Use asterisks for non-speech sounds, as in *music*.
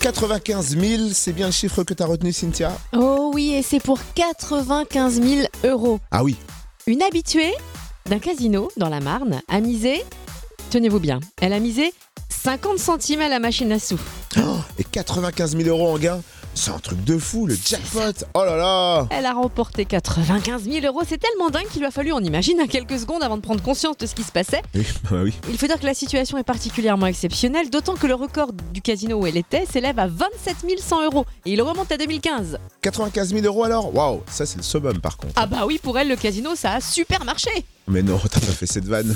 95 000, c'est bien le chiffre que t'as retenu, Cynthia Oh oui, et c'est pour 95 000 euros. Ah oui. Une habituée d'un casino dans la Marne a misé, tenez-vous bien, elle a misé 50 centimes à la machine à sous. Oh, et 95 000 euros en gain, c'est un truc de fou, le jackpot Oh là là Elle a remporté 95 000 euros, c'est tellement dingue qu'il lui a fallu, on imagine, à quelques secondes avant de prendre conscience de ce qui se passait. Oui, *laughs* bah oui. Il faut dire que la situation est particulièrement exceptionnelle, d'autant que le record du casino où elle était s'élève à 27 100 euros, et il remonte à 2015. 95 000 euros alors Waouh, ça c'est le summum par contre. Ah bah oui, pour elle, le casino, ça a super marché Mais non, t'as pas fait cette vanne.